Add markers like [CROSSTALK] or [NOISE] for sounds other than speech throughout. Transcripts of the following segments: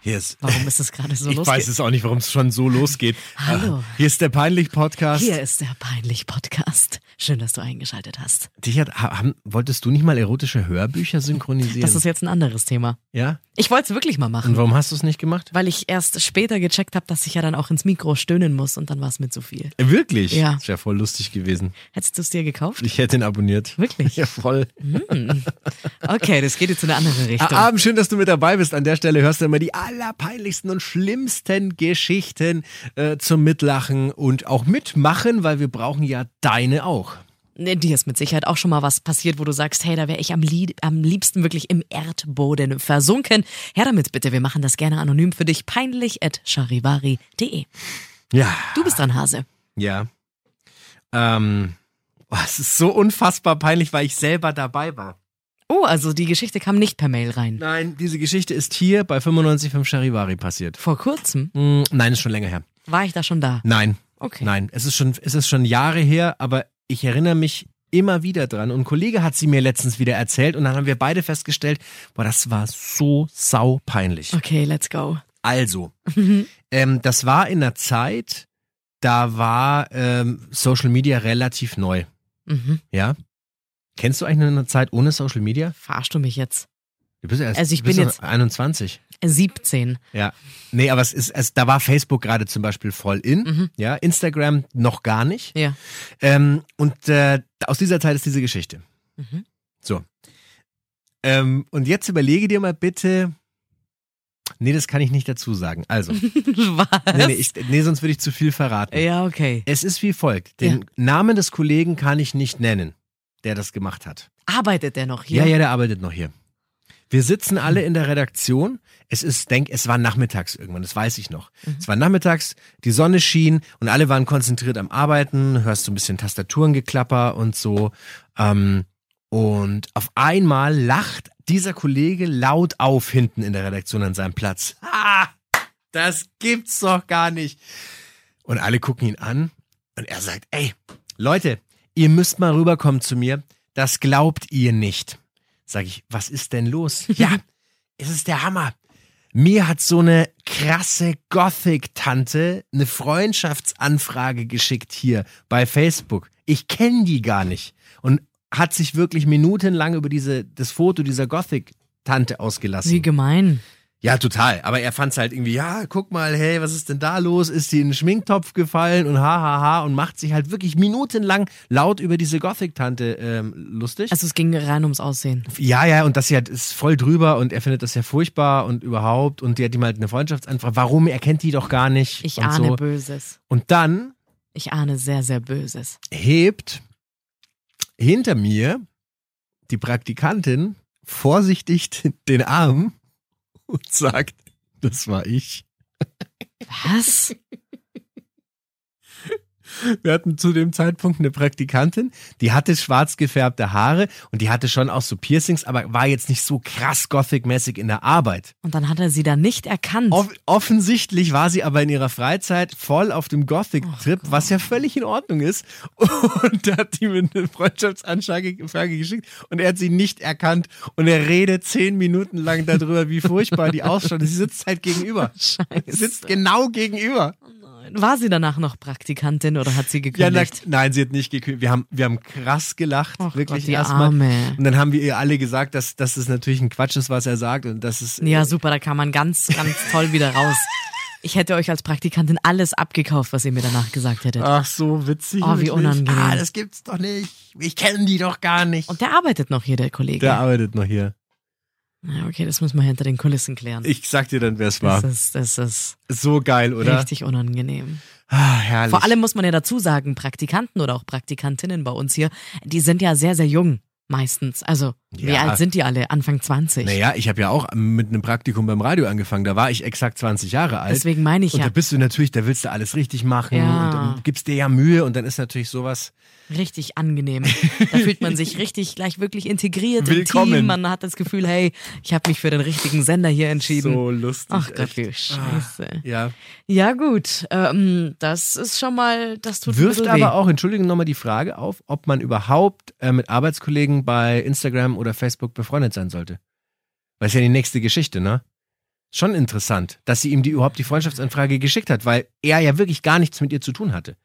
Hier ist, Warum [LAUGHS] ist es gerade so ich losgeht? weiß es auch nicht, warum es schon so losgeht. Hallo. Ah, Hier ist der Peinlich-Podcast. Hier ist der Peinlich-Podcast. Schön, dass du eingeschaltet hast. Dich hat, ha- haben, wolltest du nicht mal erotische Hörbücher synchronisieren? Das ist jetzt ein anderes Thema. ja? Ich wollte es wirklich mal Und machen, warum hast du es nicht gemacht? weil ich erst später gecheckt habe, dass ich ja dann auch ins Mikro stöhnen muss und dann war es mir zu viel. Äh, Wirklich? Ja. Das wäre voll lustig gewesen. Hättest du es dir gekauft? Ich hätte ihn abonniert. Wirklich? [LAUGHS] Ja, voll. Okay, das geht jetzt in eine andere Richtung. Ah, Abend, schön, dass du mit dabei bist. An der Stelle hörst du immer die allerpeinlichsten und schlimmsten Geschichten äh, zum Mitlachen und auch mitmachen, weil wir brauchen ja deine auch. Nee, dir ist mit Sicherheit auch schon mal was passiert, wo du sagst, hey, da wäre ich am, Lied, am liebsten wirklich im Erdboden versunken. Her damit bitte, wir machen das gerne anonym für dich. Peinlich at charivari.de. Ja. Du bist dran, Hase. Ja. Ähm, [LAUGHS] oh, es ist so unfassbar peinlich, weil ich selber dabei war. Oh, also die Geschichte kam nicht per Mail rein. Nein, diese Geschichte ist hier bei 95.5 Charivari passiert. Vor kurzem Hm, nein, ist schon länger her. war ich da schon da. Nein, Okay. nein, es ist, schon, es ist schon Jahre her, aber ich erinnere mich immer wieder dran. Und ein Kollege hat sie mir letztens wieder erzählt und dann haben wir beide festgestellt, boah, das war so sau peinlich. Okay, Mhm. let's go. Also, ähm, das war in einer Zeit, da war ähm, Social Media relativ neu. Mhm. Ja. Kennst du eigentlich eine Zeit ohne Social Media? Verarschst du mich jetzt? Du bist erst Also ich du bist bin doch jetzt- 21. [LAUGHS] 17. Ja. Nee, aber es ist, es, da war Facebook gerade zum Beispiel voll in. Mhm. Ja. Instagram noch gar nicht. Ja. Ähm, und äh, aus dieser Zeit ist diese Geschichte. Mhm. Ähm, und jetzt überlege dir mal bitte. Nee, das kann ich nicht dazu sagen. [LAUGHS] Also, nee, Was? nee, ich, nee sonst würde ich zu viel verraten. ja, okay. Es ist wie folgt. Den Namen des Kollegen kann ich nicht nennen, der das gemacht hat. Arbeitet der noch hier? Ja, ja, der arbeitet noch hier. Wir sitzen alle in der Redaktion. Es ist, denk, es war nachmittags irgendwann, das weiß ich noch. Mhm. Es war nachmittags, die Sonne schien und alle waren konzentriert am Arbeiten, hörst du ein bisschen Tastaturengeklapper und so. Ähm, und auf einmal lacht dieser Kollege laut auf hinten in der Redaktion an seinem Platz. Ah, das gibt's doch gar nicht. Und alle gucken ihn an und er sagt, ey, Leute, ihr müsst mal rüberkommen zu mir. Das glaubt ihr nicht. Sag ich, was ist denn los? ja, es ist der Hammer. Mir hat so eine krasse Gothic-Tante eine Freundschaftsanfrage geschickt hier bei Facebook. Ich kenne die gar nicht. Und hat sich wirklich minutenlang über diese, das Foto dieser Gothic-Tante ausgelassen. Wie gemein. Ja, total. Aber er fand's halt irgendwie, ja, guck mal, hey, was ist denn da los? Ist die in den Schminktopf gefallen und ha, ha, ha und macht sich halt wirklich minutenlang laut über diese Gothic-Tante ähm, lustig. Also es ging rein ums Aussehen. ja, ja, und das hier ist voll drüber und er findet das ja furchtbar und überhaupt und die hat ihm halt eine Freundschaftsanfrage. Warum? Er kennt die doch gar nicht. Ich und ahne So. Böses. Und dann Ich ahne sehr, sehr Böses. hebt hinter mir die Praktikantin vorsichtig [LAUGHS] den Arm und sagt, das war ich. [LAUGHS] Was? Wir hatten zu dem Zeitpunkt eine Praktikantin, die hatte schwarz gefärbte Haare und die hatte schon auch so Piercings, aber war jetzt nicht so krass Gothic-mäßig in der Arbeit. Und dann hat er sie da nicht erkannt. Off offensichtlich war sie aber in ihrer Freizeit voll auf dem Gothic-Trip, Gott. was ja völlig in Ordnung ist. [LAUGHS] Und da hat die mir eine Freundschaftsanfrage Frage geschickt und er hat sie nicht erkannt. Und er redet zehn Minuten lang darüber, wie furchtbar die ausschaut. Sie sitzt halt gegenüber. Sie sitzt genau gegenüber. War sie danach noch Praktikantin oder hat sie Ja, na, gekündigt? nein, sie hat nicht gekündigt. Wir haben, wir haben krass gelacht, Och wirklich Gott, die erstmal. Arme. Und dann haben wir ihr alle gesagt, dass, dass es natürlich ein Quatsch ist, was er sagt und dass es ja, super, da kam man ganz, ganz toll wieder [LAUGHS] raus. Ich hätte euch als Praktikantin alles abgekauft, was ihr mir danach gesagt hättet. ach so witzig. Oh, wie wirklich. unangenehm. Ah, das gibt's doch nicht. Ich kenne die doch gar nicht. Und der arbeitet noch hier, der Kollege. der arbeitet noch hier. Ja, okay, das muss man hinter den Kulissen klären. Ich sag dir dann, wer es war. das ist, das ist So geil, oder? richtig unangenehm. Ah, herrlich. Vor allem muss man ja dazu sagen, Praktikanten oder auch Praktikantinnen bei uns hier, die sind ja sehr, sehr jung meistens. Also Wie alt sind die alle? Anfang 20. Naja, ich habe ja auch mit einem Praktikum beim Radio angefangen. Da war ich exakt 20 Jahre alt. Deswegen meine ich und ja. da bist du natürlich, da willst du alles richtig machen Ja. und dann gibst dir ja Mühe und dann ist natürlich sowas. Richtig [LAUGHS] angenehm. Da fühlt man sich richtig gleich wirklich integriert im Team. Willkommen. Man hat das Gefühl, hey, ich habe mich für den richtigen Sender hier entschieden. lustig. Ah. Ach Gott, wie scheiße. Ja. Ja gut, ähm, das ist schon mal, das tut ein Wirft bisschen weh. aber auch, entschuldigen nochmal die Frage auf, ob man überhaupt äh, mit Arbeitskollegen bei Instagram oder Facebook befreundet sein sollte. Weil es ja die nächste Geschichte, ne? Schon interessant, dass sie ihm die überhaupt die Freundschaftsanfrage geschickt hat, weil er ja wirklich gar nichts mit ihr zu tun hatte.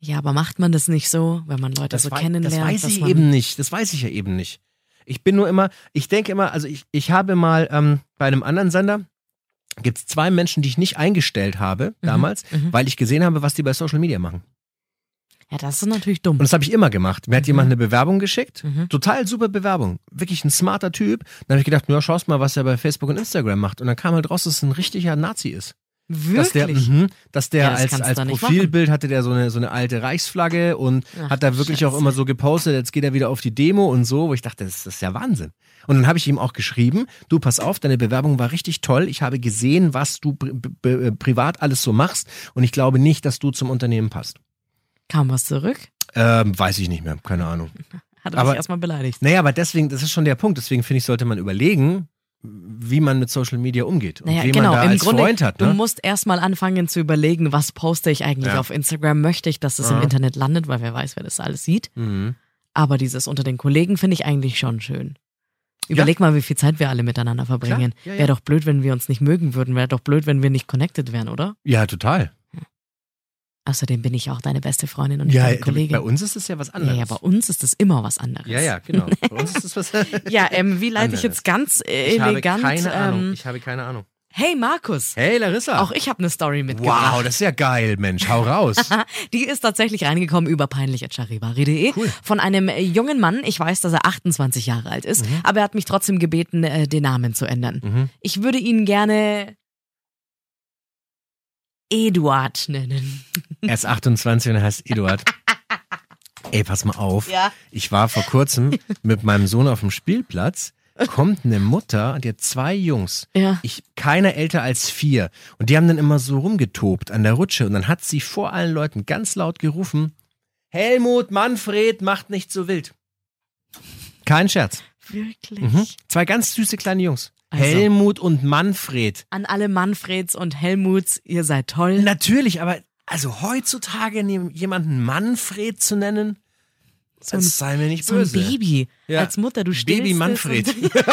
Ja, aber macht man das nicht so, wenn man Leute so wei- kennenlernt? Das weiß dass ich man, eben nicht. Das weiß ich ja eben nicht. Ich bin nur immer, ich denke immer, also ich, ich habe mal ähm, bei einem anderen Sender, gibt es zwei Menschen, die ich nicht eingestellt habe damals, mhm. weil ich gesehen habe, was die bei Social Media machen. Ja, das ist natürlich dumm. Und das habe ich immer gemacht. Mir hat jemand eine Bewerbung geschickt. Mhm. Total super Bewerbung. Wirklich ein smarter Typ. Dann habe ich gedacht, ja, schaust mal, was er bei Facebook und Instagram macht. Und dann kam halt raus, dass es ein richtiger Nazi ist. Dass der, Wirklich? mhm, dass der Ja, das als, kannst du als doch nicht Profilbild hatte der so eine, so eine alte Reichsflagge und Ach, hat da wirklich auch Scheiße. immer so gepostet, jetzt geht er wieder auf die Demo und so, wo ich dachte, das, das ist ja Wahnsinn. Und dann habe ich ihm auch geschrieben, du pass auf, deine Bewerbung war richtig toll, ich habe gesehen, was du pri pri- äh, privat alles so machst und ich glaube nicht, dass du zum Unternehmen passt. Kam was zurück? Ähm, weiß ich nicht mehr, keine Ahnung. Hat er Aber- mich erstmal beleidigt. Naja, aber deswegen, das ist schon der Punkt, deswegen finde ich, sollte man überlegen, wie man mit Social Media umgeht und Naja, wen genau. man da Im als Grunde, Freund hat. du Ne? musst erstmal anfangen zu überlegen, was poste ich eigentlich Ja. Mhm. auf Instagram? Möchte ich, dass es im Aha. Internet landet, weil wer weiß, wer das alles sieht. Mhm. Aber dieses unter den Kollegen finde ich eigentlich schon schön. Überleg mal, wie viel Zeit wir alle miteinander verbringen. Ja, ja. Wäre doch blöd, wenn wir uns nicht mögen würden. Wäre doch blöd, wenn wir nicht connected wären, oder? Ja, total. Außerdem bin ich auch deine beste Freundin und ich Ja, deine Kollegin. bei uns ist es ja was ja, anderes. ja, bei uns ist das immer was anderes. Ja, [LAUGHS] ja, genau. Bei uns ist es was. Ja, ähm, wie leite ich Anderes. jetzt ganz äh, [LAUGHS] ich habe elegant? keine Ahnung. ähm, Ich habe keine Ahnung. hey Markus, Hey, Larissa. auch ich habe eine Story mitgebracht. wow, das ist ja geil, Mensch. Hau [LAUGHS] raus. Die ist tatsächlich reingekommen über peinlich.charivari.de Cool. von einem äh, jungen Mann. Ich weiß, dass er 28 Jahre alt ist, aber er hat mich trotzdem gebeten, äh, den Namen zu ändern. Mhm. Ich würde ihn gerne Eduard nennen. er ist 28 und heißt [LAUGHS] Eduard. Ey, pass mal auf. Ja. Ich war vor kurzem mit meinem Sohn auf dem Spielplatz. Kommt eine Mutter und die hat zwei Jungs. Ja. Ich, keiner älter als vier. Und die haben dann immer so rumgetobt an der Rutsche. Und dann hat sie vor allen Leuten ganz laut gerufen: Helmut, Manfred, macht nicht so wild. Kein Scherz. Wirklich. Mhm. Zwei ganz süße kleine Jungs. Also. Helmut und Manfred. An alle Manfreds und Helmuts, ihr seid toll. Natürlich, aber also heutzutage ne- jemanden Manfred zu nennen, ein- das sei mir nicht so ein böse. Baby. Ja. Als Mutter, du stehst. Baby [LAUGHS] Manfred. [LAUGHS]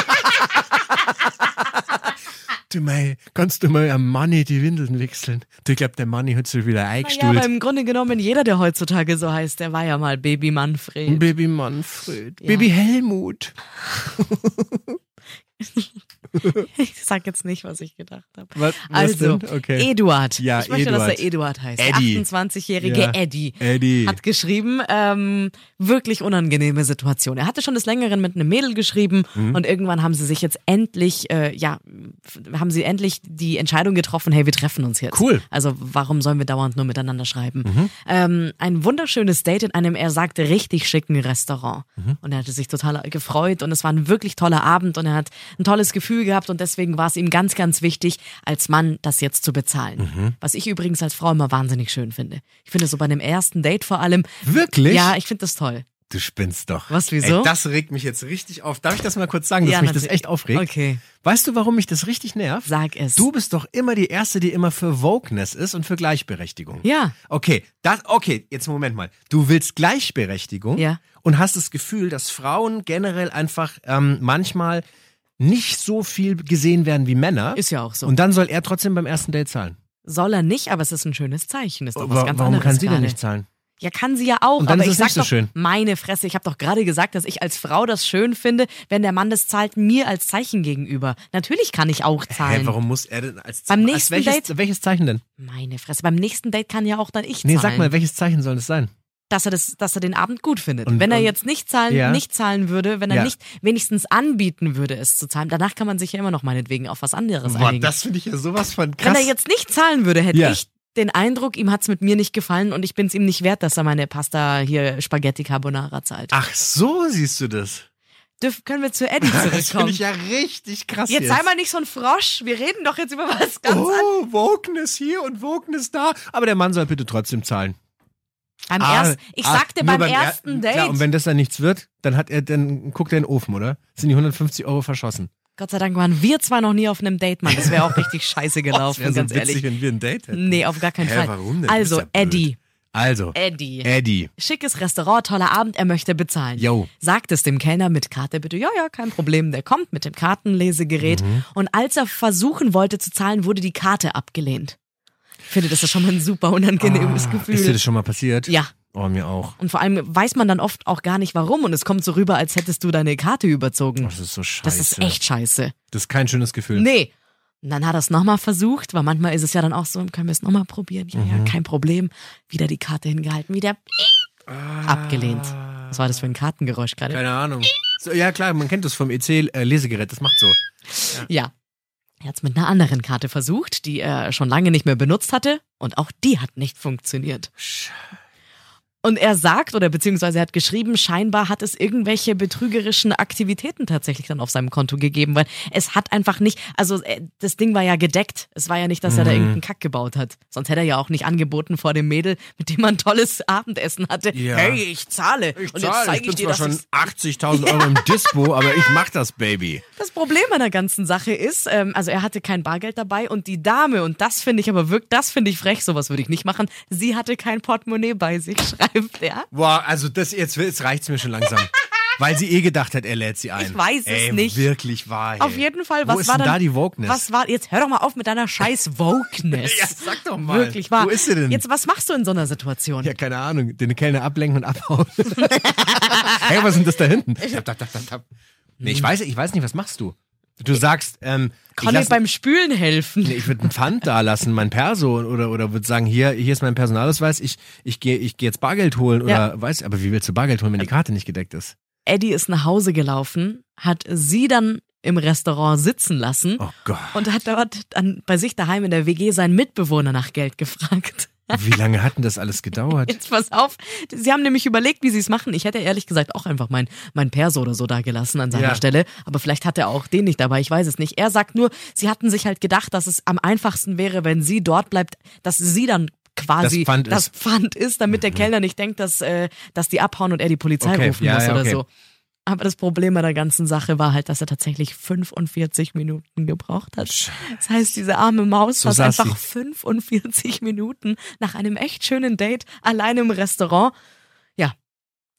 Du mal, kannst du mal am Manni die Windeln wechseln? Du glaubst, der Manni hat sich wieder Ja, aber im Grunde genommen, jeder, der heutzutage so heißt, der war ja mal Baby Manfred. Baby Manfred. Ja. Baby Helmut. [LAUGHS] ich sag jetzt nicht, was ich gedacht habe. Was, Also, Eduard. Ja, ich möchte, dass Eduard. er Eduard heißt. Eddie. Der 28-jährige Ja. Eddie. Eddie. Hat geschrieben, ähm, wirklich unangenehme Situation. Er hatte schon des Längeren mit einem Mädel geschrieben Mhm. und irgendwann haben sie sich jetzt endlich, äh, ja, f- haben sie endlich die Entscheidung getroffen, hey, wir treffen uns jetzt. Cool. Also warum sollen wir dauernd nur miteinander schreiben? Mhm. Ähm, ein wunderschönes Date in einem, er sagte, richtig schicken Restaurant. Mhm. Und er hatte sich total gefreut und es war ein wirklich toller Abend und er hat ein tolles Gefühl gehabt und deswegen war es ihm ganz, ganz wichtig, als Mann das jetzt zu bezahlen. Mhm. Was ich übrigens als Frau immer wahnsinnig schön finde. Ich finde so bei einem ersten Date vor allem. Wirklich? Ja, ich finde das toll. Du spinnst doch. Was, wieso? Ey, das regt mich jetzt richtig auf. Darf ich das mal kurz sagen, dass Ja, mich das natürlich. echt aufregt? Okay. Weißt du, warum mich das richtig nervt? Sag es. Du bist doch immer die Erste, die immer für Wokeness ist und für Gleichberechtigung. Ja. Okay, das, okay, jetzt Moment mal. Du willst Gleichberechtigung Ja. und hast das Gefühl, dass Frauen generell einfach ähm, manchmal nicht so viel gesehen werden wie Männer. Ist ja auch so. Und dann soll er trotzdem beim ersten Date zahlen. Soll er nicht, aber es ist ein schönes Zeichen. Ist doch Oh, was Wa- ganz warum anderes kann sie denn gerade. nicht zahlen? Ja, kann sie ja auch. Und dann aber ich ist es sag nicht so doch, schön. meine Fresse, ich habe doch gerade gesagt, dass ich als Frau das schön finde, wenn der Mann das zahlt, mir als Zeichen gegenüber. Natürlich kann ich auch zahlen. Hä, warum muss er denn als Beim als nächsten welches, Date- Welches Zeichen denn? Meine Fresse, beim nächsten Date kann ja auch dann ich Nee, zahlen. sag mal, welches Zeichen soll das sein? dass er das, dass er den Abend gut findet. Und- wenn er und- jetzt nicht zahlen, Ja. nicht zahlen würde, wenn er Ja. nicht wenigstens anbieten würde, es zu zahlen, danach kann man sich ja immer noch meinetwegen auf was anderes Boah, einigen. das finde ich ja sowas von wenn krass. er jetzt nicht zahlen würde, hätte Ja. ich den Eindruck, ihm hat's mit mir nicht gefallen und ich bin's ihm nicht wert, dass er meine Pasta hier Spaghetti Carbonara zahlt. Ach so, siehst du das. dürf, können wir zu [LAUGHS] Eddie Das finde zurückkommen. ich ja richtig krass. jetzt sei mal nicht so ein Frosch. Wir reden doch jetzt über was ganz anderes. Oh, Woken ist hier und Woken ist da. Aber der Mann soll bitte trotzdem zahlen. Beim Ah, ersten, ich ah, sagte nur beim, er- ersten Date. Klar, und wenn das dann nichts wird, dann hat er, dann guckt er in den Ofen, oder? Sind die 150 [LAUGHS] Euro verschossen? Gott sei Dank waren wir zwar noch nie auf einem Date, Mann. Das wäre auch richtig [LAUGHS] scheiße Oh, das gelaufen, wäre so Genau, ganz ehrlich. witzig, wenn wir ein Date hätten. Nee, auf gar keinen Hä, Fall. warum denn? Also, Ist ja blöd. Eddie. Also, Eddie. Eddie. Schickes Restaurant, toller Abend, er möchte bezahlen. Jo. Sagt es dem Kellner mit Karte bitte. Ja, ja, kein Problem. Der kommt mit dem Kartenlesegerät. Mhm. Und als er versuchen wollte zu zahlen, wurde die Karte abgelehnt. Ich finde, das ist schon mal ein super unangenehmes Gefühl. Ah, Ist dir das schon mal passiert? Ja. Oh, mir auch. und vor allem weiß man dann oft auch gar nicht warum. Und es kommt so rüber, als hättest du deine Karte überzogen. Das ist so scheiße. Das ist echt scheiße. Das ist kein schönes Gefühl. Nee. Und dann hat er es nochmal versucht, weil manchmal ist es ja dann auch so, können wir es nochmal probieren? Ja, Mhm. ja, kein Problem. Wieder die Karte hingehalten, wieder piep. Ah. abgelehnt. Was war das für ein Kartengeräusch gerade? Keine Ahnung. So, ja, klar, man kennt das vom E EC-Lesegerät. Das macht so. Ja. Er hat es mit einer anderen Karte versucht, die er schon lange nicht mehr benutzt hatte. Und auch die hat nicht funktioniert. Und er sagt, oder beziehungsweise er hat geschrieben, scheinbar hat es irgendwelche betrügerischen Aktivitäten tatsächlich dann auf seinem Konto gegeben, weil es hat einfach nicht, also äh, das Ding war ja gedeckt. Es war ja nicht, dass er da Mhm. irgendeinen Kack gebaut hat. Sonst hätte er ja auch nicht angeboten vor dem Mädel, mit dem man ein tolles Abendessen hatte. Ja. Hey, ich zahle. Und jetzt zahle, zeige ich, bin dir, zwar dass schon ich's- 80.000 Euro [LAUGHS] im Dispo, aber ich mach das, Baby. das Problem an der ganzen Sache ist, ähm, also er hatte kein Bargeld dabei und die Dame, und das finde ich aber wirklich, das finde ich frech, sowas würde ich nicht machen, sie hatte kein Portemonnaie bei sich, [LAUGHS] schreibt er. Boah, also das jetzt, jetzt reicht's mir [LAUGHS] schon langsam. Weil sie eh gedacht hat, er lädt sie ein. Ich weiß es Ey, nicht. wirklich wahr. Ey. Auf jeden Fall, Wo was ist war denn dann, da die Wokeness? Was war, jetzt hör doch mal auf mit deiner scheiß Wokeness. [LAUGHS] Ja, sag doch mal. Wirklich wahr. Wo ist sie denn? Jetzt, was machst du in so einer Situation? ja, keine Ahnung. Den Kellner ablenken und abhauen. [LAUGHS] hey, was sind das da hinten? Tap, tap, tap, tap, tap. Nee, Mhm. ich weiß, ich weiß nicht, was machst du? Du sagst, ähm, ich, Kann ich lass, beim Spülen helfen? nee, ich würde einen Pfand da lassen, mein Perso oder, oder würde sagen, hier, hier ist mein Personalausweis, ich, ich gehe ich geh jetzt Bargeld holen oder Ja. weiß, aber wie willst du Bargeld holen, wenn die Karte nicht gedeckt ist? Eddie ist nach Hause gelaufen, hat sie dann im Restaurant sitzen lassen Oh Gott. und hat dort dann bei sich daheim in der WG seinen Mitbewohner nach Geld gefragt. Wie lange hat denn das alles gedauert? Jetzt pass auf. Sie haben nämlich überlegt, wie sie es machen. Ich hätte ehrlich gesagt auch einfach mein, mein Perso oder so da gelassen an seiner Ja. Stelle. Aber vielleicht hat er auch den nicht dabei. Ich weiß es nicht. Er sagt nur, sie hatten sich halt gedacht, dass es am einfachsten wäre, wenn sie dort bleibt, dass sie dann quasi Das Pfand ist. Mhm. Pfand ist, damit der Kellner nicht denkt, dass, äh, dass die abhauen und er die Polizei Okay, rufen ja, muss ja, oder okay. so. Aber das Problem an der ganzen Sache war halt, dass er tatsächlich 45 Minuten gebraucht hat. Das heißt, diese arme Maus So hat saß einfach sie. 45 Minuten nach einem echt schönen Date alleine im Restaurant. Ja,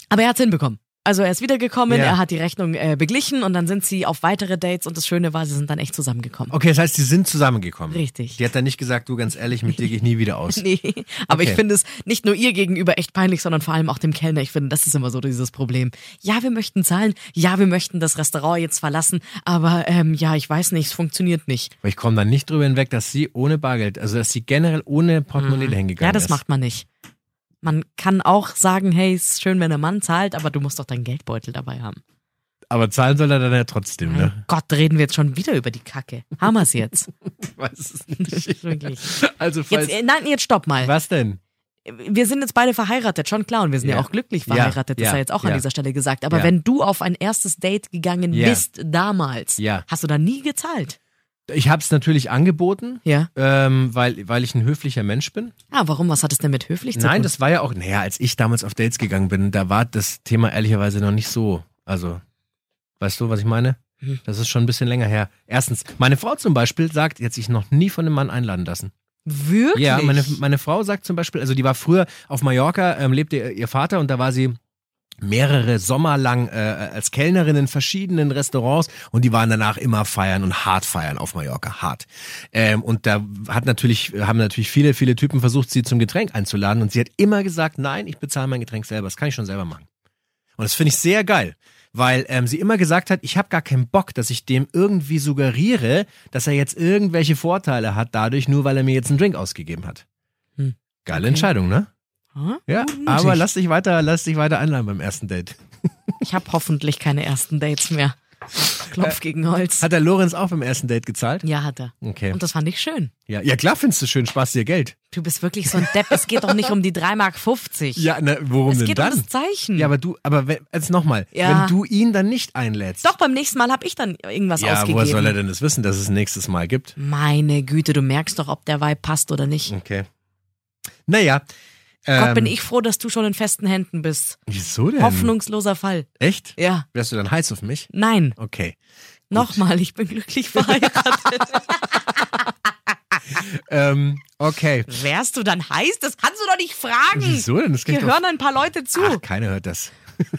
aber er hat's hinbekommen. Also er ist wiedergekommen, Ja. er hat die Rechnung äh, beglichen und dann sind sie auf weitere Dates und das Schöne war, sie sind dann echt zusammengekommen. Okay, das heißt, sie sind zusammengekommen. Richtig. Die hat dann nicht gesagt, du ganz ehrlich, mit dir gehe ich nie wieder aus. [LAUGHS] Nee, aber Okay. ich finde es nicht nur ihr gegenüber echt peinlich, sondern vor allem auch dem Kellner. Ich finde, das ist immer so dieses Problem. Ja, wir möchten zahlen, ja, wir möchten das Restaurant jetzt verlassen, aber ähm, ja, ich weiß nicht, es funktioniert nicht. Aber ich komme dann nicht drüber hinweg, dass sie ohne Bargeld, also dass sie generell ohne Portemonnaie hingegangen Mhm. Ja, ist. das macht man nicht. Man kann auch sagen, hey, ist schön, wenn der Mann zahlt, aber du musst doch deinen Geldbeutel dabei haben. Aber zahlen soll er dann ja trotzdem, ne? Mein Gott, reden wir jetzt schon wieder über die Kacke. Haben wir's [LAUGHS] jetzt. Ich weiß es nicht. Wirklich. Also falls... Jetzt, äh, nein, jetzt stopp mal. was denn? Wir sind jetzt beide verheiratet, schon klar, und wir sind ja, Ja. auch glücklich Ja, verheiratet, das ja, sei jetzt auch an ja. dieser Stelle gesagt. Aber Ja. wenn du auf ein erstes Date gegangen Ja. bist damals, Ja. hast du da nie gezahlt. Ich habe es natürlich angeboten, Ja. ähm, weil, weil ich ein höflicher Mensch bin. Ah, warum? Was hat es denn mit höflich zu Nein, tun? das war ja auch, naja, als ich damals auf Dates gegangen bin, da war das Thema ehrlicherweise noch nicht so. Also, weißt du, was ich meine? Mhm. Das ist schon ein bisschen länger her. Erstens, meine Frau zum Beispiel sagt, jetzt ich noch nie von einem Mann einladen lassen. Wirklich? Ja, meine, meine Frau sagt zum Beispiel, also die war früher auf Mallorca, ähm, lebte ihr, ihr Vater und da war sie mehrere Sommer lang äh, als Kellnerin in verschiedenen Restaurants und die waren danach immer feiern und hart feiern auf Mallorca, hart. Ähm, und da hat natürlich, haben natürlich viele, viele Typen versucht, sie zum Getränk einzuladen und sie hat immer gesagt, nein, ich bezahle mein Getränk selber, das kann ich schon selber machen. Und das finde ich sehr geil, weil ähm, sie immer gesagt hat, ich habe gar keinen Bock, dass ich dem irgendwie suggeriere, dass er jetzt irgendwelche Vorteile hat dadurch, nur weil er mir jetzt einen Drink ausgegeben hat. Hm. Geile Entscheidung, ne? Hm? Ja, Mutig. aber lass dich weiter, lass dich weiter einladen beim ersten Date. Ich habe hoffentlich keine ersten Dates mehr. Klopf gegen Holz. Äh, Hat der Lorenz auch beim ersten Date gezahlt? ja, hat er. Okay. Und das fand ich schön. Ja, ja klar findest du schön, sparst dir Geld. Du bist wirklich so ein Depp. Es geht doch nicht um die 3,50 Mark. Ja, na, worum es denn geht dann? um das Zeichen. Ja, aber du, aber wenn, jetzt nochmal, Ja. wenn du ihn dann nicht einlädst. doch, beim nächsten Mal habe ich dann irgendwas Ja, ausgegeben. woher soll er denn das wissen, dass es nächstes Mal gibt? Meine Güte, du merkst doch, ob der Vibe passt oder nicht. Okay. Naja. Gott, bin ähm, ich froh, dass du schon in festen Händen bist. Wieso denn? Hoffnungsloser Fall. Echt? Ja. Wärst du dann heiß auf mich? Nein. Okay. Nochmal, ich bin glücklich [LAUGHS] verheiratet. Ähm, okay. Wärst du dann heiß? Das kannst du doch nicht fragen. Wieso denn? Das Hier klingt doch hören ein paar Leute zu. Ach, keiner hört das. [LAUGHS]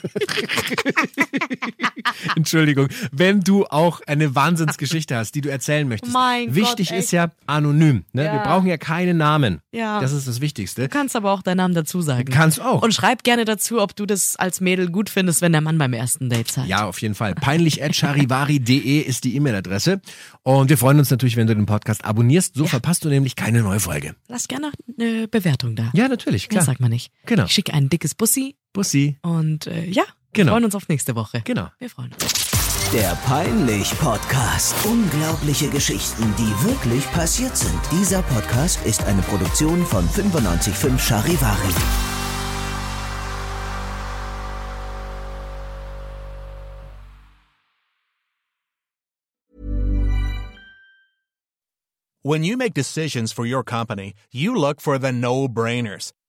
Entschuldigung, wenn du auch eine Wahnsinnsgeschichte hast, die du erzählen möchtest. Mein Gott, Wichtig echt. ist ja anonym. Ne? Ja. Wir brauchen ja keine Namen. Ja. Das ist das Wichtigste. du kannst aber auch deinen Namen dazu sagen. Kannst auch. Und schreib gerne dazu, ob du das als Mädel gut findest, wenn der Mann beim ersten Date sagt. ja, auf jeden Fall. Peinlich.charivari.de ist die E-Mail-Adresse. Und wir freuen uns natürlich, wenn du den Podcast abonnierst. So verpasst du nämlich keine neue Folge. Lass gerne noch eine Bewertung da. Ja, natürlich, Das klar. sagt man nicht. Genau. Ich schicke ein dickes Bussi Bussi. und äh, ja, Genau. wir freuen uns auf nächste Woche. Genau. Wir freuen uns. Der Peinlich-Podcast. Unglaubliche Geschichten, die wirklich passiert sind. Dieser Podcast ist eine Produktion von 955 Charivari. When you make decisions for your company, you look for the no brainers.